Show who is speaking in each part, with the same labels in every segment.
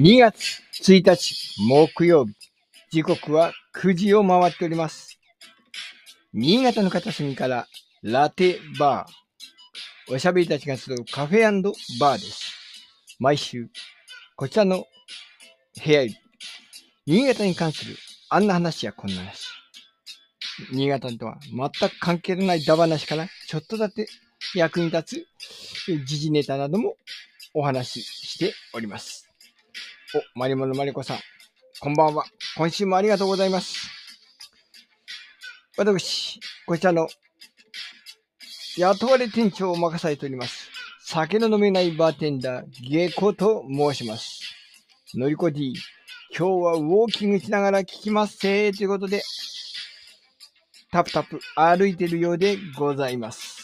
Speaker 1: 2月1日木曜日、時刻は9時を回っております。新潟の片隅からラテバー。おしゃべりたちが集うカフェバーです。毎週、こちらの部屋より、新潟に関するあんな話やこんな話。新潟とは全く関係のないダ話から、ちょっとだけ役に立つ時事ネタなどもお話ししております。お、マリモのマリコさん、こんばんは。今週もありがとうございます。私、こちらの雇われ店長を任されております。酒の飲めないバーテンダー、ゲコと申します。のりこ D、今日はウォーキングしながら聞きますせーということで、タプタプ歩いてるようでございます。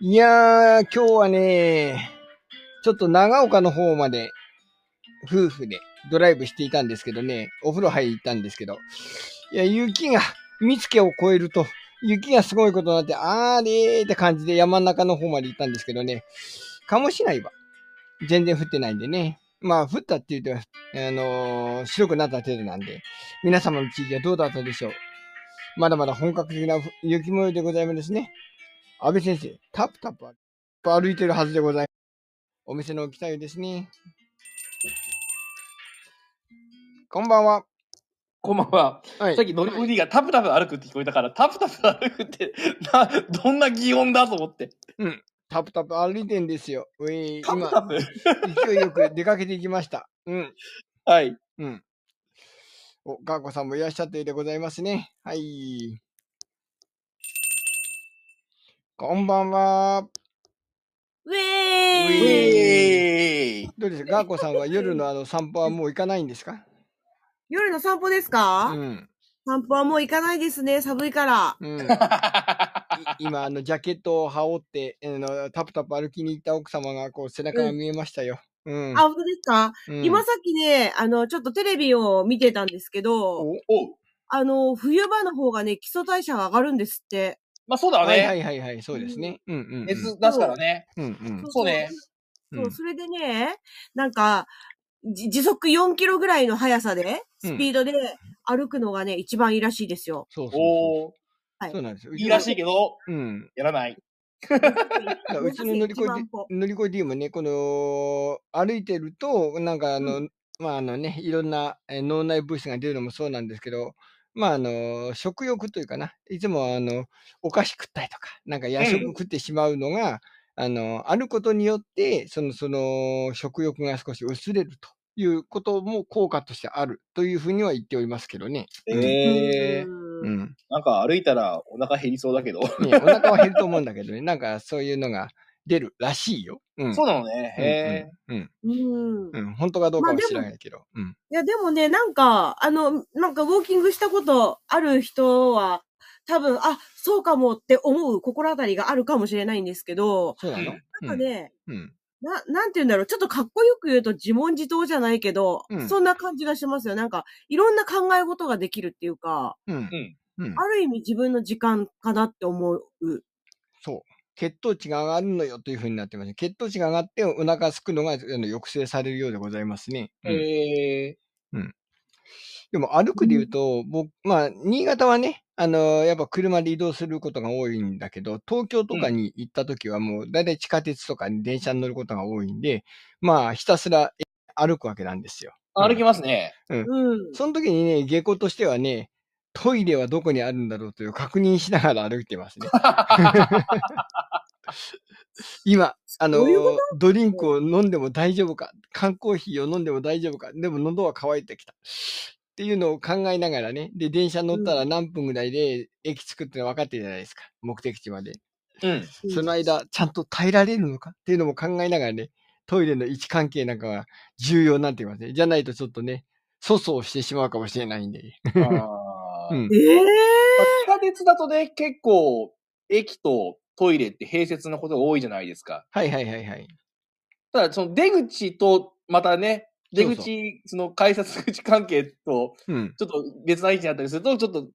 Speaker 1: いやー、今日はね、ちょっと長岡の方まで夫婦でドライブしていたんですけどね、お風呂入り行ったんですけど、いや、雪が、見附を越えると、雪がすごいことになって、あーれーって感じで山の中の方まで行ったんですけどね、かもしないわ。全然降ってないんでね。まあ、降ったって言うと、あのー白くなった程度なんで、皆様の地域はどうだったでしょう。まだまだ本格的な雪模様でございますね。安倍先生、タプタプ歩いてるはずでございます。お店の期待ですね。こんばんは。
Speaker 2: こんばんは。
Speaker 1: はい
Speaker 2: さっきノリコ D がタプタプ歩くって聞こえたから、タプタプ歩くって、な、どんな擬音だと思って。
Speaker 1: タプタプ歩いてんですよ。うい
Speaker 2: タプ
Speaker 1: 今、
Speaker 2: タプ
Speaker 1: 勢いよく出かけていきました。うん、
Speaker 2: はい。
Speaker 1: うん。お、ガーコさんもいらっしゃったようでございますね。はい。こんばんは。
Speaker 3: ウ
Speaker 1: ウ
Speaker 3: ェ
Speaker 2: ウ
Speaker 1: ェ
Speaker 3: ーイ
Speaker 2: ェーイ
Speaker 1: どうですかガーコさんは夜のあの散歩はもう行かないんですか
Speaker 3: 夜の散歩です
Speaker 1: う
Speaker 3: か、
Speaker 1: ん。
Speaker 3: 散歩はもう行かないですね。寒いから。
Speaker 1: うん。い 今、あの、ジャケットを羽織って、あの、タプタプ歩きに行った奥様が、こう、背中が見えましたよ。うん。
Speaker 3: あ、本当ですか、
Speaker 1: うん
Speaker 3: 今さっきね、あの、ちょっとテレビを見てたんですけど、
Speaker 1: お
Speaker 2: おう
Speaker 3: あの、冬場の方がね、基礎代謝が上がるんですって。
Speaker 2: まあそうだ
Speaker 1: はいは
Speaker 2: ね。
Speaker 1: いはいはい、そうですね。うんうんうん。
Speaker 2: 熱出すからね。
Speaker 1: うんうん
Speaker 2: そうね。
Speaker 1: う
Speaker 3: そ
Speaker 1: ん
Speaker 3: う、。それでね、なんか、じ時速4キロぐらいの速さで、
Speaker 1: うん
Speaker 3: スピードで歩くのがね、一番いいらしいですよ。
Speaker 1: そうそうそう。
Speaker 2: おお
Speaker 1: そうなんですよ。
Speaker 2: いいらしいけど、
Speaker 1: うん。
Speaker 2: やらない。
Speaker 1: だから うちの乗り越え
Speaker 3: 一万歩、
Speaker 1: 乗り越え D もね、この、歩いてると、なんかあの、まああのね、いろんなえー脳内物質が出るのもそうなんですけど、まああの、食欲というかな、いつもあの、お菓子食ったりとか、なんか夜食
Speaker 2: うん
Speaker 1: 食ってしまうのが、あの、あることによって、その、その、食欲が少し薄れるということも効果としてあるというふうには言っておりますけどね。
Speaker 2: ええ。
Speaker 3: う
Speaker 1: うんん。
Speaker 2: なんか歩いたらお腹減りそうだけど。
Speaker 1: ね、お腹は減ると思うんだけどね、なんかそういうのが出るらしいよ。うん。
Speaker 2: そうなのね。
Speaker 1: うん
Speaker 2: へえ。
Speaker 1: うん
Speaker 3: うん
Speaker 1: うん。うん。本当かどうかは知らないけど。うん。
Speaker 3: いや、でもね、なんか、あの、なんかウォーキングしたことある人は、多分、あ、そうかもって思う心当たりがあるかもしれないんですけど、
Speaker 1: そうなのう
Speaker 3: なんか
Speaker 1: ん。
Speaker 3: ね、
Speaker 1: うん。
Speaker 3: な、なんて言うんだろう、ちょっとかっこよく言うと自問自答じゃないけど、
Speaker 1: うん
Speaker 3: そんな感じがしますよ。なんか、いろんな考え事ができるっていうか、
Speaker 1: うん。うん
Speaker 3: ある意味自分の時間かなって思う。
Speaker 1: そう。血糖値が上がるのよというふうになってます。血糖値が上がってお腹がすくのがあの抑制されるようでございますね。うん
Speaker 2: へえ。
Speaker 1: でも歩くで言うと、僕、まあ、新潟はね、あのーやっぱ車で移動することが多いんだけど、東京とかに行った時はもう、だいたい地下鉄とかに電車に乗ることが多いんで、まあ、ひたすらえ歩くわけなんですよ。
Speaker 2: 歩きますね。
Speaker 3: うん。
Speaker 1: その時にね、下校としてはね、トイレはどこにあるんだろうという確認しながら歩いてます ね。今、あの
Speaker 3: どういうこ、
Speaker 1: ドリンクを飲んでも大丈夫か、缶コーヒーを飲んでも大丈夫か、でも喉は渇いてきた。っていうのを考えながらね、で、電車乗ったら何分ぐらいで駅着くってのは分かってるじゃないですか、目的地まで。
Speaker 2: うん。
Speaker 3: うん
Speaker 1: その間、ちゃんと耐えられるのかっていうのも考えながらね、トイレの位置関係なんかは重要になってきますね。じゃないとちょっとね、粗相してしまうかもしれないんで。
Speaker 2: あー
Speaker 1: うん
Speaker 3: ええ
Speaker 2: まあ地下鉄だとね、結構、駅とトイレって併設のことが多いじゃないですか。
Speaker 1: はいはいはいはい。
Speaker 2: ただ、その出口と、またね、出
Speaker 1: そう
Speaker 2: 口、その改札口関係と、
Speaker 1: うん。
Speaker 2: ちょっと別な位置にあったりすると、ちょっと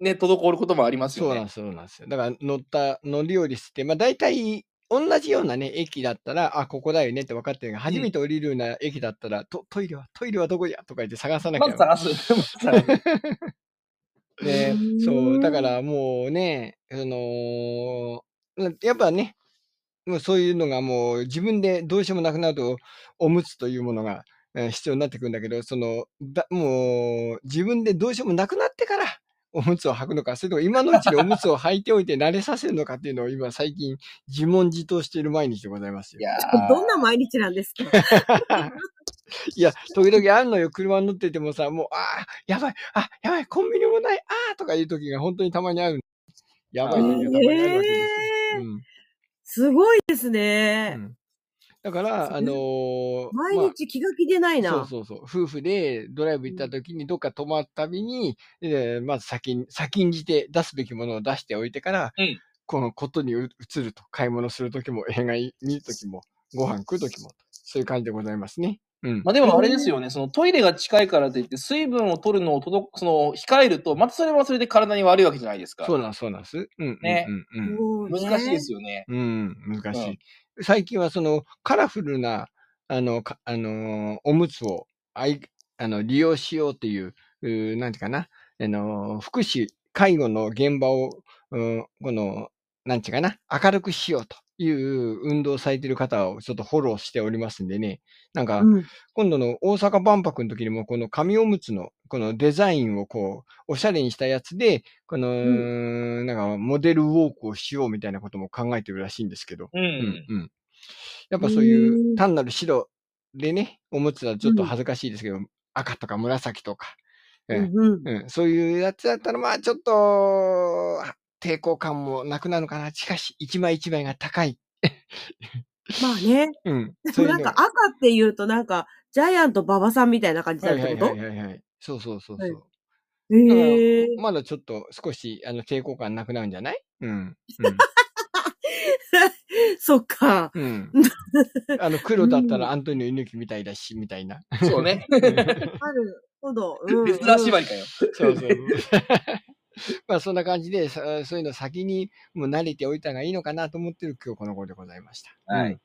Speaker 2: ね、滞ることもあります
Speaker 1: そ
Speaker 2: よ
Speaker 1: うなん
Speaker 2: ね。
Speaker 1: です、そうなんですよ。だから乗った、乗り降りして、まあ大体、同じようなね、駅だったら、あ、ここだよねって分かってるが、初めて降りるような駅だったら、トトイレは、トイレはどこじゃとか言って探さなき
Speaker 2: ま
Speaker 1: ゃ
Speaker 2: ず。探す。まず 探す
Speaker 1: で、そう、だか、らもうね、あのーやっぱね、もうそういうのがもう自分でどうしてもなくなると、おむつというものがえー必要になってくるんだけど、その、だもう自分でどうしてもなくなってから、おむつを履くのか、それとも今のうちにおむつを履いておいて慣れさせるのかっていうのを今最近自問自答している毎日でございますよ
Speaker 2: い。やー
Speaker 3: どんな毎日なんですか
Speaker 1: いや、時々あるのよ、車に乗っててもさ、もう、ああ、やばい、あやばい、コンビニもない、ああ、とかいう時が本当にたまにある。やばい時がたま にあるわけですよ。うん
Speaker 3: すごいです
Speaker 1: う
Speaker 3: ね。
Speaker 1: んだから、あのーまあ
Speaker 3: 毎日気が気でないな。
Speaker 1: そうそうそう。夫婦でドライブ行った時に、どっか泊まるたびに、えーまず先に、先んじて出すべきものを出しておいてから、
Speaker 2: うん
Speaker 1: このことにう移ると、買い物する時も、映画見る時も、ご飯食う時も、そういう感じでございますね。うん。
Speaker 2: まあでもあれですよね、そのトイレが近いからといって、水分を取るのを届くその控えると、またそれもそれで体に悪いわけじゃないですか。
Speaker 1: そうなん、そうなんです。うん、うん
Speaker 2: ね
Speaker 1: うん、うん。
Speaker 3: そうね
Speaker 2: 難しいで。すよね。
Speaker 1: うん、難しい。最近はそのカラフルな、あの、かあのーおむつをあいあの利用しようという、うーなんていうかな、あのー福祉、介護の現場を、うんこの、なんていうかな、明るくしようという運動をされている方をちょっとフォローしておりますんでね、なんか、
Speaker 3: うん
Speaker 1: 今度の大阪万博の時にも、この紙おむつの、このデザインをこう、おしゃれにしたやつで、この、なんか、モデルウォークをしようみたいなことも考えてるらしいんですけど。
Speaker 2: う。
Speaker 1: うんうん。やっぱそういうう、
Speaker 3: ん
Speaker 1: 単なる白でね、おむつはちょっと恥ずかしいですけど、赤とか紫とか、うん
Speaker 3: うん
Speaker 1: うん、そういうやつだったら、まあ、ちょっと、抵抗感もなくなるのかな。しかし、一枚一枚が高い。
Speaker 3: まあね。
Speaker 1: うん。
Speaker 3: で
Speaker 1: そう
Speaker 3: も
Speaker 1: いう
Speaker 3: なん
Speaker 1: の
Speaker 3: か
Speaker 1: が
Speaker 3: 赤って言うとなんか、ジャイアント馬場さんみたいな感じだ
Speaker 1: は
Speaker 3: っ
Speaker 1: いは
Speaker 3: て
Speaker 1: い
Speaker 3: こ
Speaker 1: は
Speaker 3: と
Speaker 1: いはいはい。そうそうそうそう。
Speaker 3: はいへえ。
Speaker 1: まだちょっと少しあの抵抗感なくなるんじゃないうん。
Speaker 3: そっか。
Speaker 1: うん。うん、あの、黒だったらアントニオ猪木みたいだし、みたいな。
Speaker 2: そう ね。
Speaker 3: なるほど。うん
Speaker 2: 別な縛りかよ。
Speaker 1: そうそう。 まあそんな感じで、そそういうの先にもう慣れておいた方がいいのかなと思ってる今日この頃でございました。
Speaker 2: はい
Speaker 1: うん。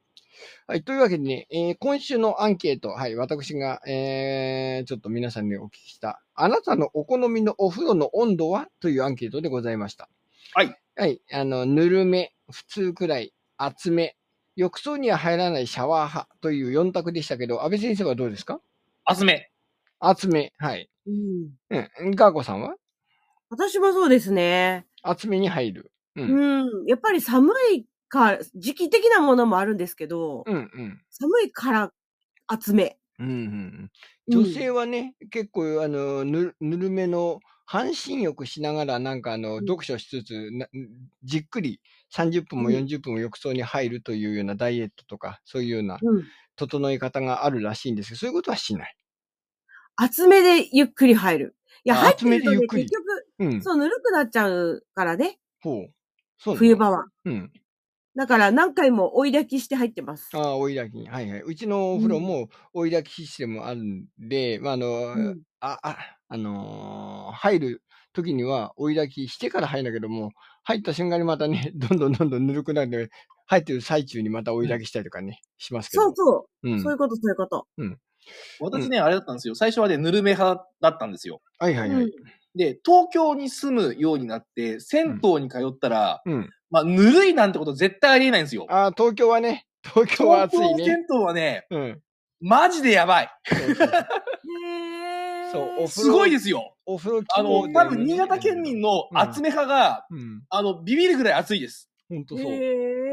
Speaker 1: はい。というわけでね、えー今週のアンケート、はい、私が、えー、ちょっと皆さんにお聞きした、あなたのお好みのお風呂の温度はというアンケートでございました。
Speaker 2: はい。
Speaker 1: はい。あの、ぬるめ、普通くらい、厚め、浴槽には入らないシャワー派という4択でしたけど、安倍先生はどうですか
Speaker 2: あすめ。
Speaker 1: 厚め、はい。
Speaker 3: うん
Speaker 1: うん。ガーコさんは
Speaker 3: 私もそうですね。
Speaker 1: 厚めに入る。うん
Speaker 3: うん。やっぱり寒いか、時期的なものもあるんですけど、
Speaker 1: うんうん。
Speaker 3: 寒いから集め。
Speaker 1: うんうん
Speaker 3: う
Speaker 1: うんん、女性はね、結構あのぬぬるめの半身浴しながらなんかあの
Speaker 3: ん
Speaker 1: 読書しつつなじっくり30分も
Speaker 3: うん
Speaker 1: 40分も浴槽に入るというようなダイエットとかそういうような
Speaker 3: うん。
Speaker 1: 整え方があるらしいんですけどそういうことはしない。
Speaker 3: 集めでゆっくり入る。いや、
Speaker 1: あ
Speaker 3: 入ってる
Speaker 1: 厚め
Speaker 3: と、
Speaker 1: で
Speaker 3: ね
Speaker 1: ゆっ、くり
Speaker 3: 結局、
Speaker 1: うん、
Speaker 3: そう、ぬるくなっちゃうからね、
Speaker 1: ほうそうなの
Speaker 3: 冬場は。
Speaker 1: うん、
Speaker 3: だから何回も追い焚きして入ってます。
Speaker 1: ああ、追い焚き。はいはい。うちのお風呂も追い焚きシステムあるんで、まあ、あの、
Speaker 3: うん
Speaker 1: あ、あ、あのー入る時には追い焚きしてから入るんだけども、入った瞬間にまたね、 どんどんどんどんぬるくなるんで、入ってる最中にまた追い焚きしたりとかね、しますけど。
Speaker 3: そうそうう、
Speaker 1: ん
Speaker 3: そういうこと、そういうこと。
Speaker 2: 私ね、あれだったんですよ。最初はね、ぬるめ派だったんですよ。
Speaker 1: はいはいは
Speaker 3: うん
Speaker 1: い。
Speaker 2: で、東京に住むようになって、銭湯に通ったら、
Speaker 1: うん。
Speaker 2: まあ、ぬるいなんてこと絶対ありえないんですよ。
Speaker 1: ああ、東京はね、 東京は暑い
Speaker 2: 東京
Speaker 1: ね。
Speaker 2: 銭湯はね、
Speaker 1: うん。
Speaker 2: マジでやばい。
Speaker 1: そうそう
Speaker 3: へー
Speaker 1: そうお風呂
Speaker 2: すごいですよ。
Speaker 1: お風呂
Speaker 2: あの、多分新潟県民
Speaker 1: に
Speaker 2: の厚め派が、
Speaker 1: うん。
Speaker 2: あの、ビビるぐらい暑いです。
Speaker 1: 本当そう。うん
Speaker 3: へー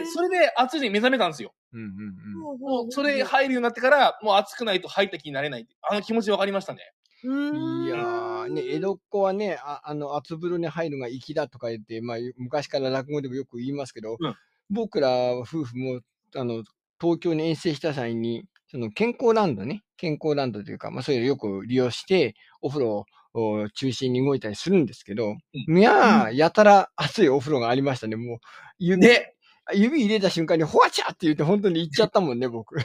Speaker 2: で、それで暑いに目覚めたんですよ。
Speaker 1: うんうん。
Speaker 3: ほうほ
Speaker 2: も
Speaker 3: う
Speaker 2: う、それ入るようになってから、もう暑くないと入った気になれない。あの気持ちわかりましたね。
Speaker 3: うーん
Speaker 1: いやー、ね、江戸っ子はね、ああの、厚風呂に入るのが粋だとか言って、まあ、昔から落語でもよく言いますけど、
Speaker 2: うん
Speaker 1: 僕ら夫婦も、あの、東京に遠征した際に、その健康ランドね、健康ランドというか、まあそういうのをよく利用して、お風呂をお中心に動いたりするんですけど、いやー、やたら熱いお風呂がありましたね。もう、夢、
Speaker 2: ね。
Speaker 1: 指入れた瞬間に、ほわちゃって言って本当に行っちゃったもんね、僕。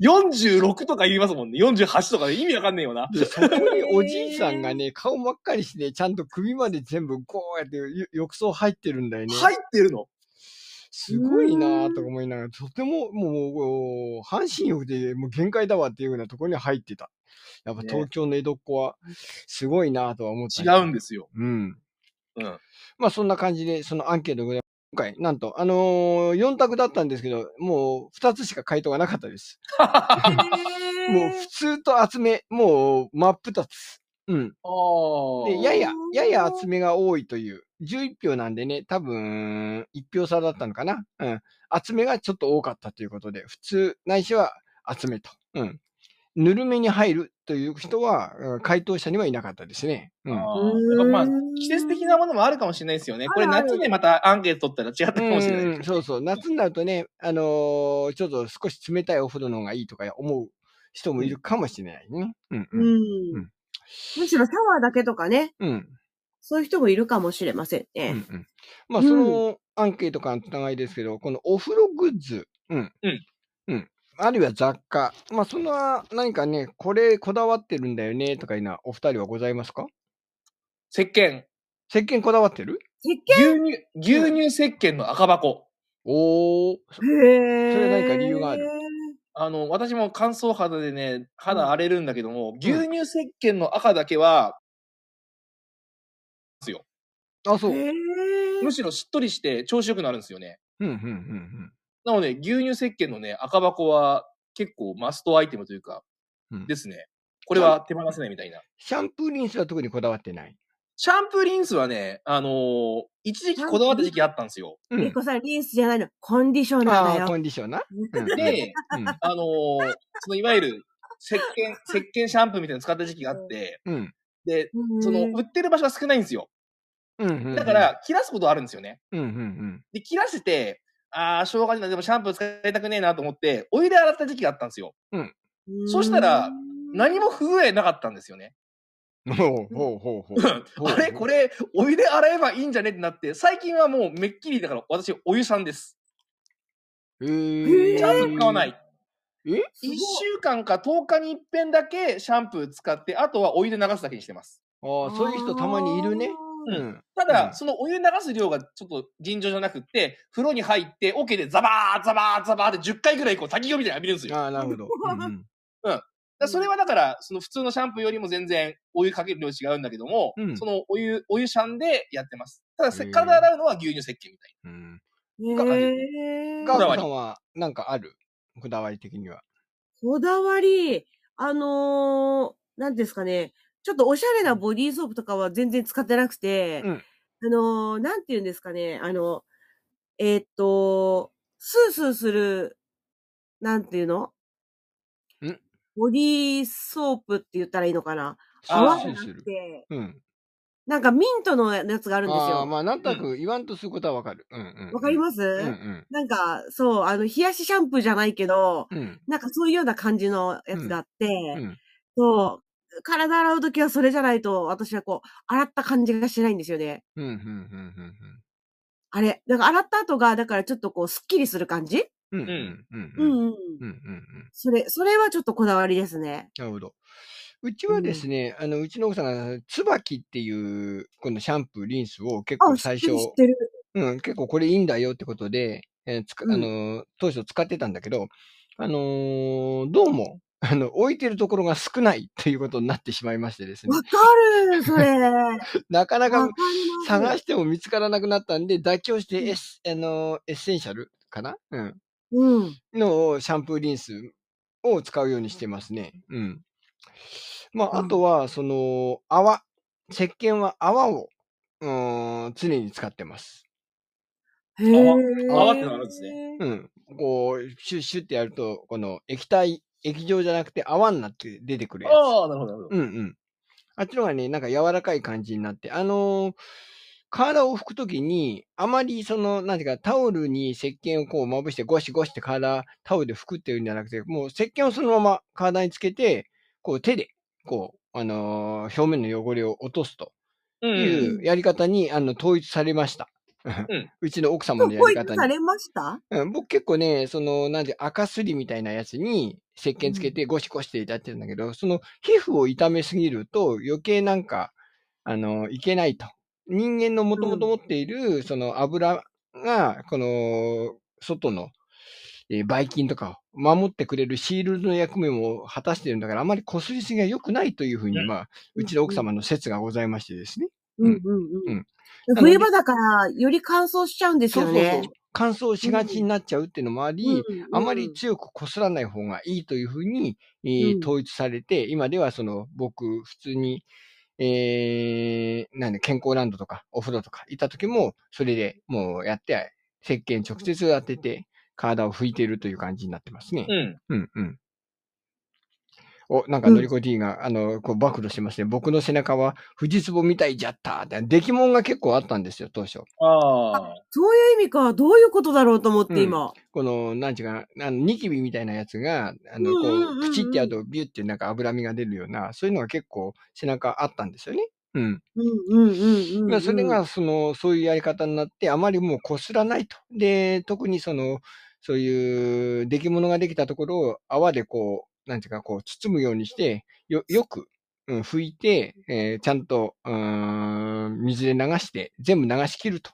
Speaker 2: 46とか言いますもんね。48とかで意味わかんねえよな。
Speaker 1: で、そこにおじいさんがね、顔真っ赤にしてね、ちゃんと首まで全部こうやってゆ浴槽入ってるんだよね。
Speaker 2: 入ってるの。
Speaker 1: すごいなぁとか思いながら、とてももうもう、半身浴でもう限界だわっていうようなところに入ってた。やっぱ
Speaker 2: ね
Speaker 1: 東京の江戸っ子は、すごいなぁとは思った
Speaker 2: 違
Speaker 1: ね。
Speaker 2: うんですよ。
Speaker 1: うん。
Speaker 2: うん。
Speaker 1: まあそんな感じで、そのアンケートで、今回、なんと、あのー、4択だったんですけど、もう2つしか回答がなかったです。もう普通と厚め、もう真っ二つ。うん。
Speaker 2: ああ。
Speaker 1: で、やや、やや厚めが多いという、11票なんでね、多分、1票差だったのかな。うん。厚めがちょっと多かったということで、普通、ないしは厚めと。うん。ぬるめに入るという人は、うん回答者にはいなかったですね。うん。
Speaker 2: あーやっぱまあ、季節的なものもあるかもしれないですよね。これ
Speaker 3: あるある
Speaker 2: 夏でまたアンケート取ったら違ったかもしれない。
Speaker 1: うんそうそう。夏になるとね、あのーちょっと少し冷たいお風呂の方がいいとか思う人もいるかもしれないね。うん。
Speaker 3: う
Speaker 1: うん。
Speaker 3: ん
Speaker 1: うん
Speaker 3: むしろシャワーだけとかね、
Speaker 1: うん。
Speaker 3: そういう人もいるかもしれません
Speaker 1: うんう
Speaker 3: ね。
Speaker 1: んまあ、
Speaker 3: うん
Speaker 1: そのアンケートからのつながりですけど、このお風呂グッズ、うん。
Speaker 2: うん。
Speaker 1: うん。あるいは雑貨。まあ、その何かね、これこだわってるんだよね、とかいうのはお二人はございますか
Speaker 2: 石鹸。
Speaker 1: 石鹸こだわってる
Speaker 3: 石
Speaker 2: 牛乳、牛乳石鹸の赤箱。
Speaker 1: おー。そ
Speaker 3: 鹸へー
Speaker 1: それ何か理由がある
Speaker 2: あの、私も乾燥肌でね、肌荒れるんだけども、牛乳石鹸の赤だけは、ですよ。
Speaker 1: あ、そう。うん、
Speaker 3: へー
Speaker 2: むしろしっとりして調子よくなるんですよね。
Speaker 1: うん、うん、
Speaker 2: なので、牛乳石鹸のね、赤箱は結構マストアイテムというか、
Speaker 1: うん。
Speaker 2: ですね。これは手放せないみたいな。
Speaker 1: シャンプーリンスは特にこだわってない。
Speaker 2: シャンプーリンスはね、あのー一時期こだわった時期あったんですよ。
Speaker 1: う
Speaker 3: りっ
Speaker 1: ん。
Speaker 3: こさん、リンスじゃないの、コンディショナー
Speaker 1: あ
Speaker 3: だ
Speaker 1: あ、
Speaker 3: よ
Speaker 1: コ。ンディショナー。うん
Speaker 2: で、
Speaker 1: うん
Speaker 2: あのーそのいわゆる石鹸、石鹸シャンプーみたいなの使った時期があって、
Speaker 1: うん。
Speaker 2: で、
Speaker 3: うん
Speaker 2: その売ってる場所が少ないんですよ。
Speaker 1: うんうんうん
Speaker 2: だか、ら、切らすことあるんですよね。
Speaker 1: うんうんうん。
Speaker 2: で、切らせて、ああ、しょうがないな、でもシャンプー使いたくねえなと思って、お湯で洗った時期があったんですよ。そしたら、何も不具合なかったんですよね。
Speaker 1: ほうほうほうほう。
Speaker 2: あれこれ、お湯で洗えばいいんじゃねってなって、最近はもうめっきりだから、私、お湯さんです。
Speaker 1: え
Speaker 3: へ
Speaker 1: ー
Speaker 3: ー
Speaker 2: シャンプー買わない。
Speaker 1: えす
Speaker 2: 1週間か10日に一遍だけシャンプー使って、あとはお湯で流すだけにしてます。
Speaker 1: ああ、そういう人たまにいるね。
Speaker 3: あー。
Speaker 1: ん。
Speaker 2: ただ、
Speaker 1: うん
Speaker 2: そのお湯流す量がちょっと尋常じゃなくって、風呂に入って、オ、ケでザバーザバーザバーで10回ぐらいこう滝行みたいなの浴びるんですよ。だか
Speaker 1: ああ、なるほど。うんうん
Speaker 2: らそれはだから、その普通のシャンプーよりも全然お湯かける量違うんだけども、
Speaker 1: うん
Speaker 2: そのお湯、お湯シャンでやってます。ただせ、
Speaker 1: へー
Speaker 2: 体洗うのは牛乳石鹸みたい
Speaker 1: うん。
Speaker 3: へー
Speaker 1: ガ
Speaker 2: こだ
Speaker 1: ード
Speaker 2: わり
Speaker 1: さんは、なんかあるこだわり的には。
Speaker 3: こだわり、あのー、なんですかね、ちょっとおしゃれなボディーソープとかは全然使ってなくて、
Speaker 1: うん
Speaker 3: あのー、なんて言うんですかね、あの、えーっと、スースーする、なんていうの
Speaker 1: ん
Speaker 3: ボディーソープって言ったらいいのかな
Speaker 2: あー
Speaker 3: 泡じ
Speaker 1: ス
Speaker 3: ゃ
Speaker 1: ー
Speaker 3: な
Speaker 1: スーす
Speaker 3: く
Speaker 1: る。
Speaker 3: て、
Speaker 1: うん。
Speaker 3: なんかミントのやつがあるんです
Speaker 1: ああ、
Speaker 3: よ。
Speaker 1: まあ、なんとなく言わんとすることはわかる。うんうん。
Speaker 3: わかります、
Speaker 1: うんうん。
Speaker 3: なんか、そう、あの、冷やしシャンプーじゃないけど、
Speaker 1: うん。
Speaker 3: なんかそういうような感じのやつがあって、
Speaker 1: うん
Speaker 3: そう、体洗うときはそれじゃないと、私はこう、洗った感じがしないんですよね。
Speaker 1: うんうんうん
Speaker 3: あれ、なんか洗った後が、だからちょっとこう、スッキリする感じ
Speaker 1: うんうん。うんうんうんうん。うん
Speaker 3: うんうん。
Speaker 1: うんうん。
Speaker 3: それ、それはちょっとこだわりですね。
Speaker 1: なるほど。うちはですね、あの、うちの奥さんが、椿っていう、このシャンプー、リンスを結構
Speaker 3: あ、知っ
Speaker 1: 最
Speaker 3: て
Speaker 1: 初、
Speaker 3: る、知ってる。
Speaker 1: うん、結構これいいんだよってことで、えーつか
Speaker 3: うん
Speaker 1: あのー当初使ってたんだけど、あのーどうも、 あの、置いてるところが少ないということになってしまいましてですね
Speaker 3: わ、かる、そ れ。わか
Speaker 1: なかな
Speaker 3: り
Speaker 1: か
Speaker 3: ます。
Speaker 1: 探しても見つからなくなったんで、妥協してエス、あのーエッセンシャルかなうん。
Speaker 3: うん。
Speaker 1: のシャンプーリンスを使うようにしてますね。うん。まあ、
Speaker 3: うん
Speaker 1: あとは、その、泡。石鹸は泡を、うーん、常に使ってます。
Speaker 3: へぇ
Speaker 2: 泡ってのがあるんです
Speaker 3: ね。
Speaker 1: うん。こう、シュッシュってやると、この液体、液状じゃなくて泡になって出てくる
Speaker 2: な。
Speaker 1: やつ。
Speaker 2: ああ、なるほど、なるほど。
Speaker 1: うんうん。あっちのがね、なんか柔らかい感じになって、あのー体を拭くときに、あまりその、なんていうか、タオルに石鹸をこうまぶして、ゴシゴシって体、タオルで拭くっていうんじゃなくて、もう石鹸をそのまま体につけて、こう手で、こう、あのー表面の汚れを落とすと
Speaker 2: うん
Speaker 1: いうやり方に、あの、統一されました。
Speaker 2: ん
Speaker 1: うちの奥様のや
Speaker 3: 保
Speaker 1: り
Speaker 3: 育
Speaker 1: 方
Speaker 3: さ
Speaker 1: に。
Speaker 3: れました
Speaker 1: うん、僕結構ね、その、なんて、赤すりみたいなやつに石鹸つけてゴシゴシってやってるんだけど、その皮膚を痛めすぎると余計なんか、あの、いけないと。人間のもともと持っている、その油が、この、外の、えーばい菌とかを守ってくれるシールドの役目も果たしてるんだから、あまり擦りすぎが良くないというふうに、
Speaker 2: うん
Speaker 1: まあ、うちの奥様の説がございましてですね。
Speaker 3: うんうん
Speaker 1: う
Speaker 3: うんん
Speaker 1: なの。で
Speaker 3: 冬場だから、より乾燥しちゃうんです
Speaker 1: そう
Speaker 3: よ
Speaker 1: そうそう
Speaker 3: ね。。
Speaker 1: 乾燥しがちになっちゃうっていうのもあり、
Speaker 3: うんうん
Speaker 1: あまり強く擦らない方がいいというふうに、えー
Speaker 3: うん
Speaker 1: 統一されて、今ではその僕、普通に、えー、なんで健康ランドとかお風呂とか行った時も、それでもうやって、石鹸直接当てて、体を拭いてるという感じになってますね。
Speaker 2: うん。
Speaker 1: うん、うん。お、なんか、のりこ D が、あの、こう、暴露してますね。僕の背中は、藤壺みたいじゃったって、出来物が結構あったんですよ、当初。
Speaker 2: ああ。
Speaker 3: そういう意味か、どういうことだろうと思って今。
Speaker 1: この、なんちゅうかな、あの、ニキビみたいなやつが、あの、
Speaker 3: うんうん
Speaker 1: こ
Speaker 3: うん
Speaker 1: う、
Speaker 3: うん
Speaker 1: プチってやるとビュってなんか脂身が出るような、そういうのが結構背中あったんですよね。うん。
Speaker 3: うんうんうんうんう
Speaker 1: まあ
Speaker 3: ん。
Speaker 1: それが、その、そういうやり方になって、あまりもう擦らないと。で、特にその、そういう出来物ができたところを泡でこう、なんていうか、こう、包むようにして、よ、よく、うん、拭いて、えーちゃんと、うーん、水で流して、全部流し切ると。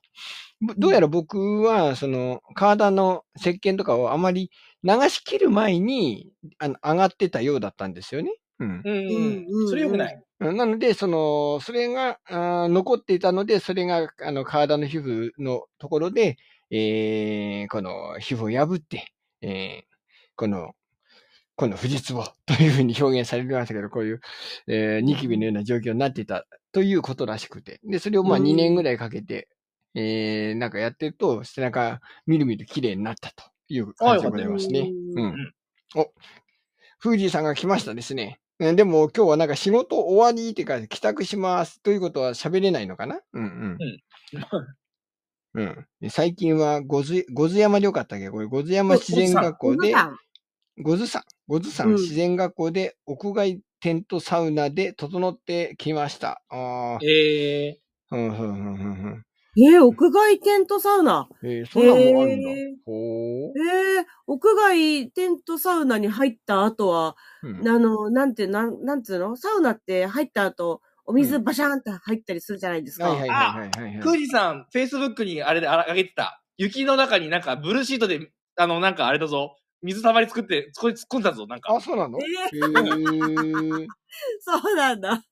Speaker 1: ぶどうやら僕は、その、体の石鹸とかをあまり流し切る前に、あの、上がってたようだったんですよね。うん。
Speaker 2: うん
Speaker 3: うんうん
Speaker 2: うん。それ良くない。
Speaker 1: うんなので、その、それが、あー残っていたので、それが、あの、体の皮膚のところで、えー、この、皮膚を破って、えー、この、この不実をというふうに表現されましたけど、こういう、えー、ニキビのような状況になっていたということらしくて。で、それをまあ
Speaker 3: うん
Speaker 1: 2年ぐらいかけて、えー、なんかやってると、背中、みるみる綺麗になったという感じでございますね。
Speaker 3: あ
Speaker 1: う
Speaker 3: よ
Speaker 1: ん。お、フージーさんが来ましたですね。うんでも今日はなんか仕事終わりってか帰宅しますということは喋れないのかなうんうん。うんで、最近はごず、ごず山でよかったっけこれ、ごず山自然学校で、ごずさん、ごずさん
Speaker 3: うん
Speaker 1: 自然学校で屋外テントサウナで整ってきました。ああ、
Speaker 2: ええ。
Speaker 1: うんうんうんうん
Speaker 3: えー、屋外テントサウナ。
Speaker 1: うん。えー、そんなんもあるんだ
Speaker 3: へー。
Speaker 1: ほー
Speaker 3: えー、屋外テントサウナに入った後は、
Speaker 1: うん。
Speaker 3: あの、なんて、なん、なんつうのサウナって入った後、お水バシャーンって入ったりするじゃないですか。
Speaker 1: はいはいはいはいはい
Speaker 2: ク
Speaker 1: は
Speaker 2: ー
Speaker 1: い。
Speaker 2: ジさん、フェイスブックにあれであら上げてた。雪の中になんかブルーシートで、あの、なんかあれだぞ。水たまり作って、そこに突っ込んだぞ。なん
Speaker 1: あ、
Speaker 2: か、
Speaker 1: そうなの
Speaker 3: え
Speaker 1: へー。
Speaker 3: そうなんだ。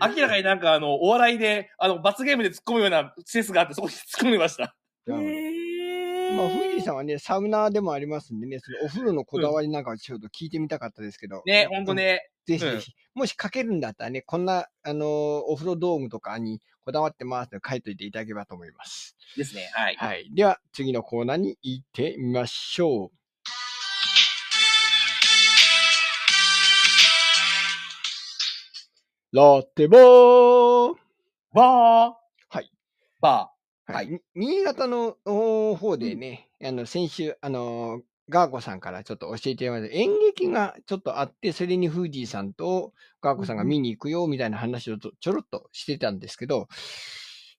Speaker 2: 明らかになんかあの、お笑いで、あの、罰ゲームで突っ込むようなセスがあって、そこに突っ込みました。
Speaker 3: へえ。
Speaker 1: まあ、富士山はね、サウナーでもありますんでね、そのお風呂のこだわりなんかをちょっと聞いてみたかったですけど。
Speaker 2: ね、ほんと。ね。
Speaker 1: ぜひぜ
Speaker 2: うん
Speaker 1: ひ。もし書けるんだったらね、こんな、あのーお風呂道具とかにこだわってますと書いといていただければと思います。
Speaker 2: ですね。はい。
Speaker 1: はい。では、次のコーナーに行ってみましょう。ラテボー
Speaker 2: バー。
Speaker 1: はい。
Speaker 2: バ
Speaker 1: は
Speaker 2: はい
Speaker 1: い。に新潟のおー方でね、あの、先週、あのー、ガーコさんからちょっと教えてもらって、演劇がちょっとあって、それにフージーさんとガーコさんが見に行くよ、みたいな話をちょちょろっとしてたんですけど、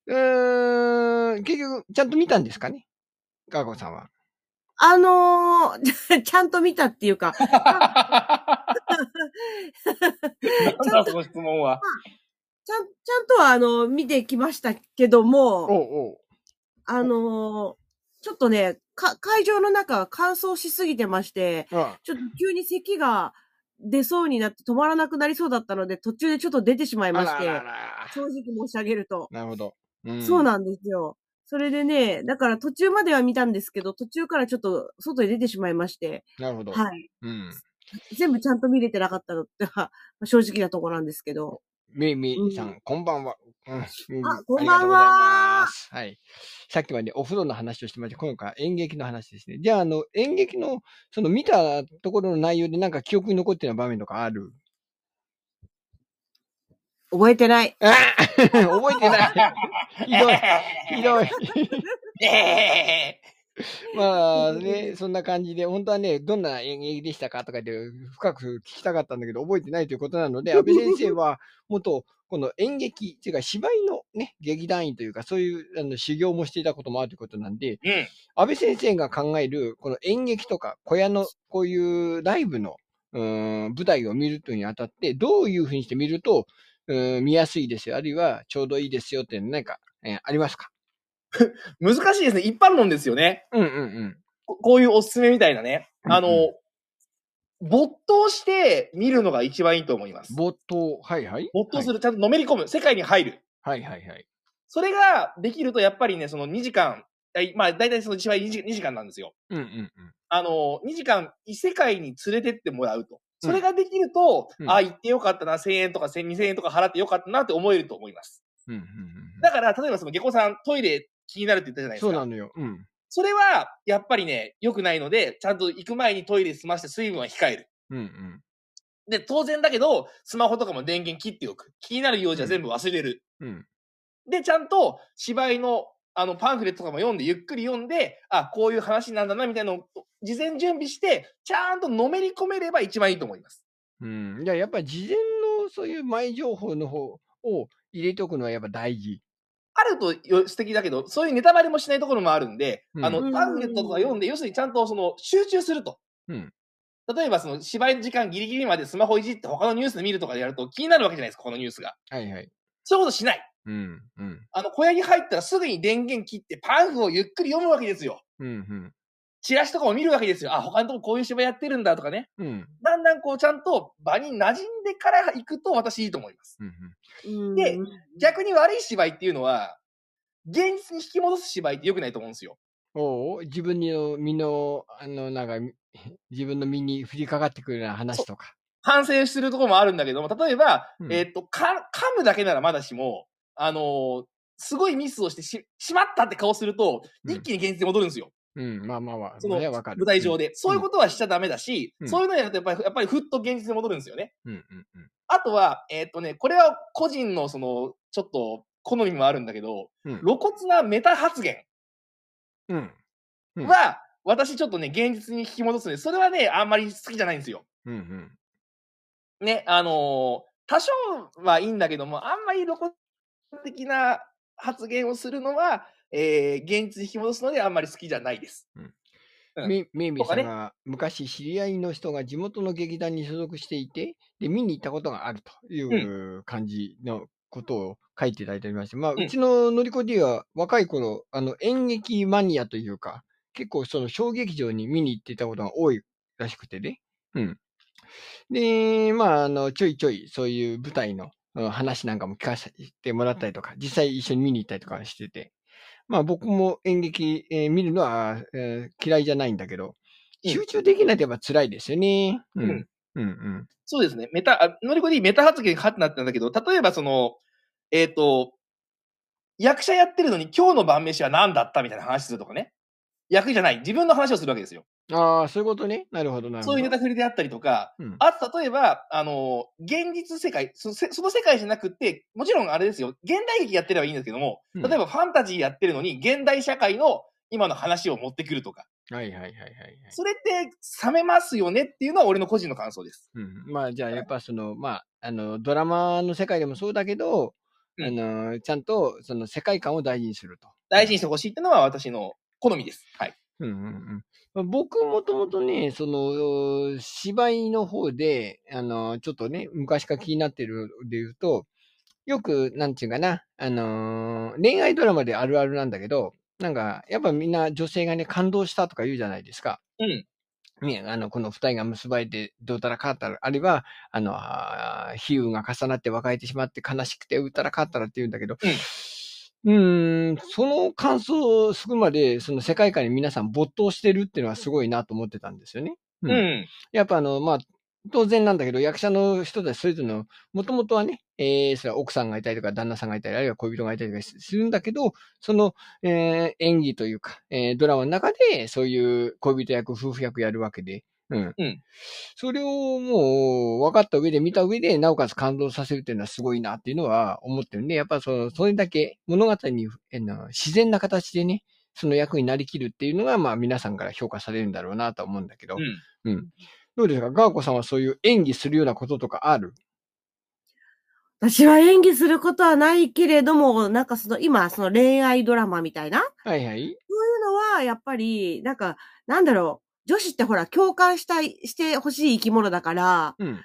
Speaker 1: うーん、結局、ちゃんと見たんですかねガーコさんは。
Speaker 3: あの ー、ちゃんと見たっていうか、
Speaker 2: ー。なんだその質問は。
Speaker 3: ちゃん、ちゃんとはあの、見てきましたけども、
Speaker 1: おう
Speaker 3: あのー、ちょっとね、か、会場の中が乾燥しすぎてまして、
Speaker 1: おう。あ
Speaker 3: ちょっと急に咳が出そうになって止まらなくなりそうだったので、途中でちょっと出てしまい
Speaker 1: あ
Speaker 3: ま
Speaker 1: ら
Speaker 3: して、
Speaker 1: らら
Speaker 3: 正直申し上げると。
Speaker 1: なるほど。うん
Speaker 3: そうなんですよ。それでね、だから途中までは見たんですけど、途中からちょっと外に出てしまいまして、
Speaker 1: なるほど。
Speaker 3: はい。
Speaker 1: うん。
Speaker 3: 全部ちゃんと見れてなかったのって、 まあ正直なところなんですけど。
Speaker 1: めいめいさん、こんばんは。うんうん
Speaker 3: あこ
Speaker 1: ありがとうござい
Speaker 3: んばんは
Speaker 1: ます。はい。さっきまでお風呂の話をしてました。今回は演劇の話ですね。じゃあ、あの、演劇の、その見たところの内容でなんか記憶に残ってる場面とかある
Speaker 3: 覚えてない。
Speaker 1: あ ー覚えてない。ひどい。ひどい。
Speaker 2: ええ
Speaker 1: まあね、そんな感じで、本当はね、どんな演劇でしたかとかって深く聞きたかったんだけど、覚えてないということなので、安倍先生 は元、この演劇、っていうか芝居のね、劇団員というか、そういうあの修行もしていたこともあるということなんで、
Speaker 2: うん。
Speaker 1: 安倍先生が考える、この演劇とか、小屋の、こういうライブの、うーん、舞台を見るというにあたって、どういうふうにして見ると、うーん、見やすいですよ。あるいは、ちょうどいいですよって、何か、えーありますか
Speaker 2: 難しいですね。一般論ですよね。
Speaker 1: うんうんうん。
Speaker 2: ここういうおすすめみたいなね。あの
Speaker 1: うんう、
Speaker 2: 没頭して見るのが一番いいと思います。
Speaker 1: 冒頭、はいはい。
Speaker 2: 没頭する、ちゃんとのめり込む、世界に入る。
Speaker 1: はいはいはい。
Speaker 2: それができると、やっぱりね、その2時間、えまあ、大体その芝居 2, 時2時間なんですよ。
Speaker 1: うんうんうん。
Speaker 2: あの、2時間、異世界に連れてってもらうと。それができると、
Speaker 1: うん
Speaker 2: あ、行ってよかったな、1000円とか1000 2000円とか払ってよかったなって思えると思います。
Speaker 1: うんうんうん
Speaker 2: だから、例えばその下戸さん、トイレ気になるって言ったじゃな
Speaker 1: うん、
Speaker 2: いです
Speaker 1: そう
Speaker 2: か。
Speaker 1: なのよ。うん。
Speaker 2: それは、やっぱりね、良くないので、ちゃんと行く前にトイレ済まして水分は控える。
Speaker 1: うんうん。
Speaker 2: で、当然だけど、スマホとかも電源切っておく。気になる用事は全部忘れる。
Speaker 1: うん。
Speaker 2: で、ちゃんと芝居の、あの、パンフレットとかも読んで、ゆっくり読んで、あ、こういう話なんだな、みたいなのを、事前準備して、ちゃんとのめり込めれば一番いいと思います。
Speaker 1: うん。じゃあやっぱり事前のそういう前情報の方を入れておくのはやっぱ大事。
Speaker 2: あるとよ素敵だけど、そういうネタバレもしないところもあるんで、
Speaker 1: うん
Speaker 2: あの、パンフレットとか読んで、要するにちゃんとその、集中すると。
Speaker 1: うん
Speaker 2: 例えば、その、芝居の時間ギリギリまでスマホいじって他のニュースで見るとかでやると気になるわけじゃないですか、このニュースが。
Speaker 1: はいはい。
Speaker 2: そういうことしない。
Speaker 1: うんうん。
Speaker 2: あの、小屋に入ったらすぐに電源切ってパンフをゆっくり読むわけですよ。
Speaker 1: うん
Speaker 2: チラシとかも見るわけですよ。あ、他のとここういう芝居やってるんだとかね。
Speaker 1: うん。うん。
Speaker 2: だんだんこう、ちゃんと場に馴染んでから行くと私いいと思います。
Speaker 1: うん
Speaker 3: うん
Speaker 2: で逆に悪い芝居っていうのは、現実に引き戻す芝居って良くないと思うんですよ。
Speaker 1: おう自分の身の、あの、なんか、み 自分の身に降りかかってくるような話とか。
Speaker 2: 反省するところもあるんだけども、例えば、
Speaker 1: うん
Speaker 2: えっ、と、か、噛むだけならまだしも、あのーすごいミスをしてし、しまったって顔すると、
Speaker 1: うん
Speaker 2: 一気に現実に戻るんですよ。
Speaker 1: うん、まあまあまあ、
Speaker 2: その、
Speaker 1: れはわかる
Speaker 2: 舞台上。で。そういうことはしちゃダメだし、
Speaker 1: うん
Speaker 2: そういうのやるとやっぱり、やっぱりふっと現実に戻るんですよね。
Speaker 1: うんうんうん
Speaker 2: あとは、えっ、とね、これは個人のその、ちょっと、好みもあるんだけど、
Speaker 1: うん
Speaker 2: 露骨なメタ発言
Speaker 1: うん。うんうん
Speaker 2: は、私ちょっとね、現実に引き戻すんで、それはね、あんまり好きじゃないんですよ。
Speaker 1: うんうん。
Speaker 2: ね、あのー多少はいいんだけども、あんまり露骨的な発言をするのは、えー、現実に引き戻すのであんまり好きじゃないです。うん
Speaker 1: めめいめい
Speaker 2: と
Speaker 1: さ
Speaker 2: かね
Speaker 1: んが昔知り合いの人が地元の劇団に所属していて、で、見に行ったことがあるという感じのことを書いていただいておりまして、まあ、
Speaker 2: うん
Speaker 1: うちののりこ D は若い頃、あの、演劇マニアというか、結構その小劇場に見に行ってたことが多いらしくてね。うん。で、まあ、あの、ちょいちょいそういう舞台のうん話なんかも聞かせてもらったりとか、実際一緒に見に行ったりとかしてて、まあ僕も演劇、えー見るのは、えー嫌いじゃないんだけど、
Speaker 2: うん
Speaker 1: 集中できないとやっぱ辛いですよね。うん。
Speaker 2: うん
Speaker 1: うんうん。
Speaker 2: そうですね。メタ、あのりこでメタ発言かってなったんだけど、例えばその、えっ、と、役者やってるのに今日の晩飯は何だったみたいな話するとかね。役じゃない。自分の話をするわけですよ。
Speaker 1: ああ、そういうことね。なるほど、なるほど。
Speaker 2: そういうネタ振りであったりとか、
Speaker 1: うん
Speaker 2: あと例えば、あの、現実世界その、せその世界じゃなくて、もちろんあれですよ、現代劇やってればいいんですけども、
Speaker 1: うん
Speaker 2: 例えばファンタジーやってるのに、現代社会の今の話を持ってくるとか、
Speaker 1: はいはいはいはいはい。
Speaker 2: それって冷めますよねっていうのは俺の個人の感想です。
Speaker 1: うん、まあじゃあやっぱその、まあ、あの、ドラマの世界でもそうだけど、
Speaker 2: うん
Speaker 1: あの、ちゃんとその世界観を大事にすると。
Speaker 2: 大事にしてほしいっていうのは私の好みです。はい。
Speaker 1: うんうんうんまあ僕もともとね、その、芝居の方で、あの、ちょっとね、昔から気になってるで言うと、よく、なんていうかな、あのー、恋愛ドラマであるあるなんだけど、なんか、やっぱみんな女性がね、感動したとか言うじゃないですか。
Speaker 2: うん。
Speaker 1: ね、あの、この二人が結ばれて、どうたらかったら、あるいは、あの、あー比喩が重なって別れてしまって悲しくて、うたらかったらって言うんだけど、うーん、その感想をすぐまで、その世界観に皆さん没頭してるっていうのはすごいなと思ってたんですよね。
Speaker 2: う。
Speaker 1: うんやっぱあの、まあ、当然なんだけど、役者の人たち、それぞれの、もともとはね、えー、それは奥さんがいたりとか、旦那さんがいたり、あるいは恋人がいたりとかしするんだけど、その、えー演技というか、えードラマの中で、そういう恋人役、夫婦役やるわけで、うん。
Speaker 2: うん
Speaker 1: それをもう、分かった上で、見た上で、なおかつ感動させるっていうのはすごいなっていうのは思ってるね。やっぱその、それだけ物語に、えーの自然な形でね、その役になりきるっていうのが、まあ皆さんから評価されるんだろうなとは思うんだけど
Speaker 2: う、ん。
Speaker 1: うん。どうですかガーコさんはそういう演技するようなこととかある
Speaker 3: 私は演技することはないけれども、なんかその今、その恋愛ドラマみたいな
Speaker 1: はいはい。
Speaker 3: そういうのは、やっぱり、なんか、なんだろう。女子ってほら、共感したい、してほしい生き物だから、
Speaker 1: うん。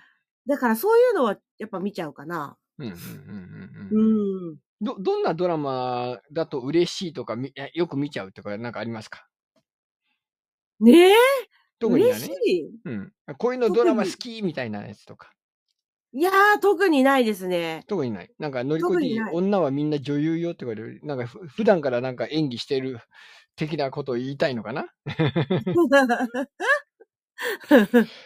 Speaker 3: だからそういうのは、やっぱ見ちゃうかな。
Speaker 1: うんうんうん
Speaker 3: う
Speaker 1: うんうん。
Speaker 3: ん。
Speaker 1: ど、どんなドラマだと嬉しいとかみ、えよく見ちゃうとかなんかありますか
Speaker 3: ねえ、
Speaker 1: 特にだ
Speaker 3: 嬉し
Speaker 1: ね。
Speaker 3: い。
Speaker 1: うん。こういうのドラマ好
Speaker 3: 特に
Speaker 1: きみたいなやつとか。
Speaker 3: いやー、特にないですね。
Speaker 1: 特にない。なんか、乗り
Speaker 3: 特
Speaker 1: 越
Speaker 3: に
Speaker 1: え
Speaker 3: ない
Speaker 1: 女はみんな女優よって言われる。なんかふ、普段からなんか演技してる的なことを言いたいのかな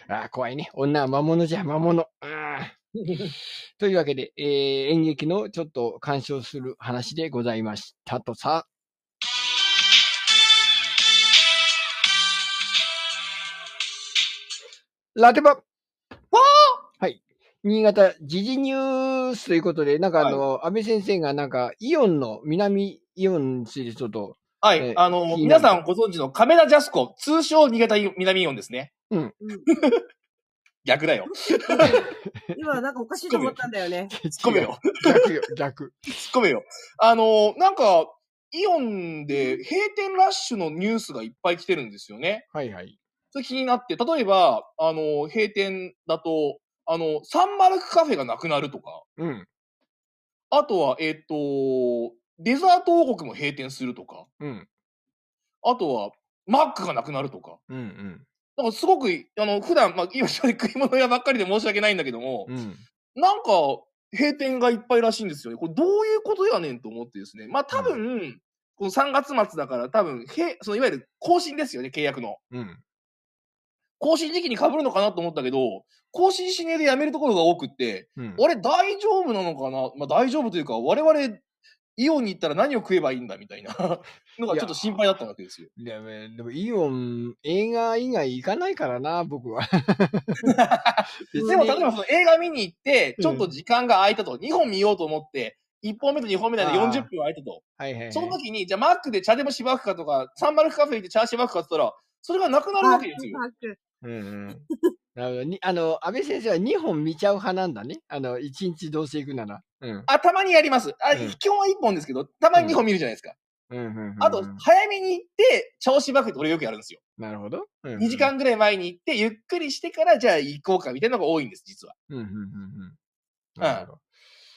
Speaker 1: ああ、怖いね。女は魔物じゃ、魔物。あ ーというわけで、えー演劇のちょっと鑑賞する話でございましたとさ。ラテバはい。新潟時事ニュースということで、なんかあの、安倍先生がなんか、イオンの、南イオンについてちょっと、
Speaker 2: は
Speaker 1: え
Speaker 2: い
Speaker 1: ー。
Speaker 2: あ
Speaker 1: 気になる
Speaker 2: の、皆さんご存知の亀田ジャスコ、通称新潟南イオンですね。
Speaker 1: うん。
Speaker 2: 逆だよ。
Speaker 3: 今、なんかおかしいと思ったんだよね。
Speaker 2: 突っ込めよ。
Speaker 1: 逆よ、逆。
Speaker 2: 突っ込めよ。あの、なんか、イオンで閉店ラッシュのニュースがいっぱい来てるんですよね。
Speaker 1: はいはい。
Speaker 2: それ気になって、例えば、あの、閉店だと、あの、サンマルクカフェがなくなるとか、
Speaker 1: うん、
Speaker 2: あとは、えっ、と、デザート王国も閉店するとか、
Speaker 1: うん、
Speaker 2: あとは、マックがなくなるとか。
Speaker 1: うん、うん、
Speaker 2: なんかすごく、あの、普段、まあ、今まで食い物屋ばっかりで申し訳ないんだけども、
Speaker 1: うん。
Speaker 2: なんか、閉店がいっぱいらしいんですよね。これどういうことやねんと思ってですね。まあ多分、この3月末だから多分、へそのいわゆる更新ですよね、契約の。
Speaker 1: うん。
Speaker 2: 更新時期に被るのかなと思ったけど、更新しねえで辞めるところが多くって、
Speaker 1: うん。
Speaker 2: あれ大丈夫なのかなまあ大丈夫というか、我々、イオンに行ったら何を食えばいいんだみたいな のがちょっと心配だったわけですよ。
Speaker 1: でも、でもイオン、映画以外行かないからな、僕 は。別に
Speaker 2: でも例えばその映画見に行って
Speaker 1: う、ん
Speaker 2: ちょっと時間が空いたと、2本見ようと思って、1本目と2本目で
Speaker 1: あー
Speaker 2: 40分空いたと。
Speaker 1: はいはいはい。
Speaker 2: その時に、じゃあマックで茶でもしばくかとか、サンマルクカフェ行って茶しばくかって言ったら、それがなくなるわけですよ。
Speaker 1: うんうん。なるほど。にあの、安倍先生は2本見ちゃう派なんだね。あの、1日どうせ行くなら。うん。
Speaker 2: あ、たまにやります。あ、
Speaker 1: うん
Speaker 2: 基本は1本ですけど、たまに2本見るじゃないですか。
Speaker 1: うんうんうんうん
Speaker 2: あと、早めに行って、茶をしばくって俺よくやるんですよ。
Speaker 1: なるほど。うんうん
Speaker 2: 2時。間ぐらい前に行って、ゆっくりしてから、じゃあ行こうかみたいなのが多いんです、実は。
Speaker 1: うんうんうんうん。なるほど。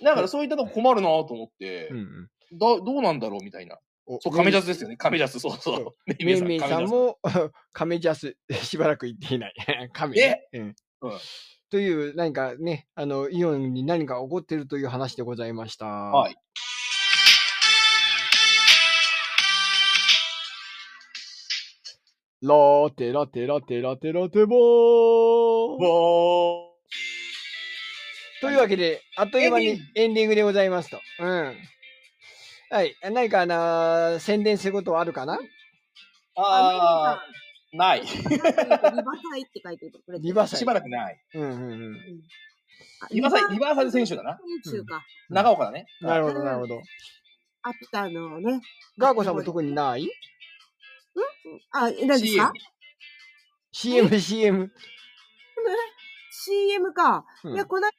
Speaker 2: だからそういったとこ困るなと思って、
Speaker 1: うん
Speaker 2: だ
Speaker 1: うん。
Speaker 2: どうなんだろうみたいな。
Speaker 1: お
Speaker 2: そう、亀ジャスですよね。亀ジャス、そうそう
Speaker 1: そ。
Speaker 2: ね
Speaker 1: めい
Speaker 2: 皆
Speaker 1: めい
Speaker 2: 亀ジ
Speaker 1: さん
Speaker 2: ャス
Speaker 1: も、 カメジャス、 しばらく行ってい ない。カメ、ね。うん
Speaker 2: うん
Speaker 1: という、何かね、あの、イオンに何か起こってるという話でございました。
Speaker 2: はい。
Speaker 1: ラテラテラテラテラテボー
Speaker 2: わ
Speaker 1: というわけで、あっという間にエンディングでございますと。うん。はい。何かな、宣伝することはあるかな
Speaker 2: ーあー、ない。
Speaker 3: あ、リバサイって書いてる。これ
Speaker 1: リバサイ
Speaker 2: しばらくない。
Speaker 1: うんうんうん。
Speaker 2: リバサイ、リバーサル選手だな。
Speaker 3: 選手か。
Speaker 2: 長岡だね。
Speaker 1: なるほど、なるほど。
Speaker 3: あったのね。
Speaker 1: ガーコさんも特にない
Speaker 3: あ、え何ですか
Speaker 1: ?CM、CM。
Speaker 3: ?CM か。
Speaker 1: うん
Speaker 3: いや、この間、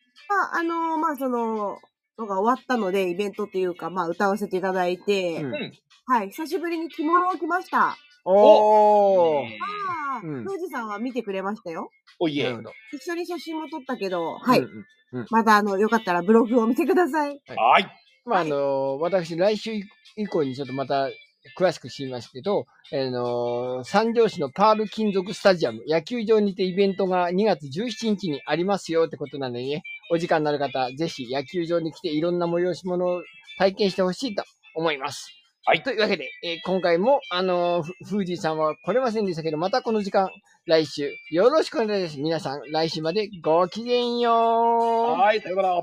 Speaker 3: あの、まあ、その、のが終わったので、イベントっていうか、まあ、歌わせていただいて、
Speaker 1: うん
Speaker 2: うん
Speaker 3: はい、久しぶりに着物を着ました。
Speaker 1: おー。
Speaker 3: ああ、
Speaker 1: うん
Speaker 3: 富士さんは見てくれましたよ。
Speaker 2: おい
Speaker 1: な
Speaker 2: え
Speaker 1: る。ほど
Speaker 3: 一緒に写真も撮ったけど、はい。
Speaker 1: うんうん
Speaker 3: まだ、あの、よかったらブログを見てください。
Speaker 2: はい。
Speaker 1: まあ、あ
Speaker 3: はい
Speaker 1: の、私、来週以降にちょっとまた詳しく知りますけど、あの、三条市のパール金属スタジアム、野球場にてイベントが2月17日にありますよってことなのでね、お時間のある方、ぜひ野球場に来ていろんな催し物を体験してほしいと思います。
Speaker 2: はい
Speaker 1: というわけで、えー今回も、あのふフージーさんは来れませんでしたけど、またこの時間、来週、よろしくお願いします。皆さん、来週までごきげんよう。
Speaker 2: はい、さようなら。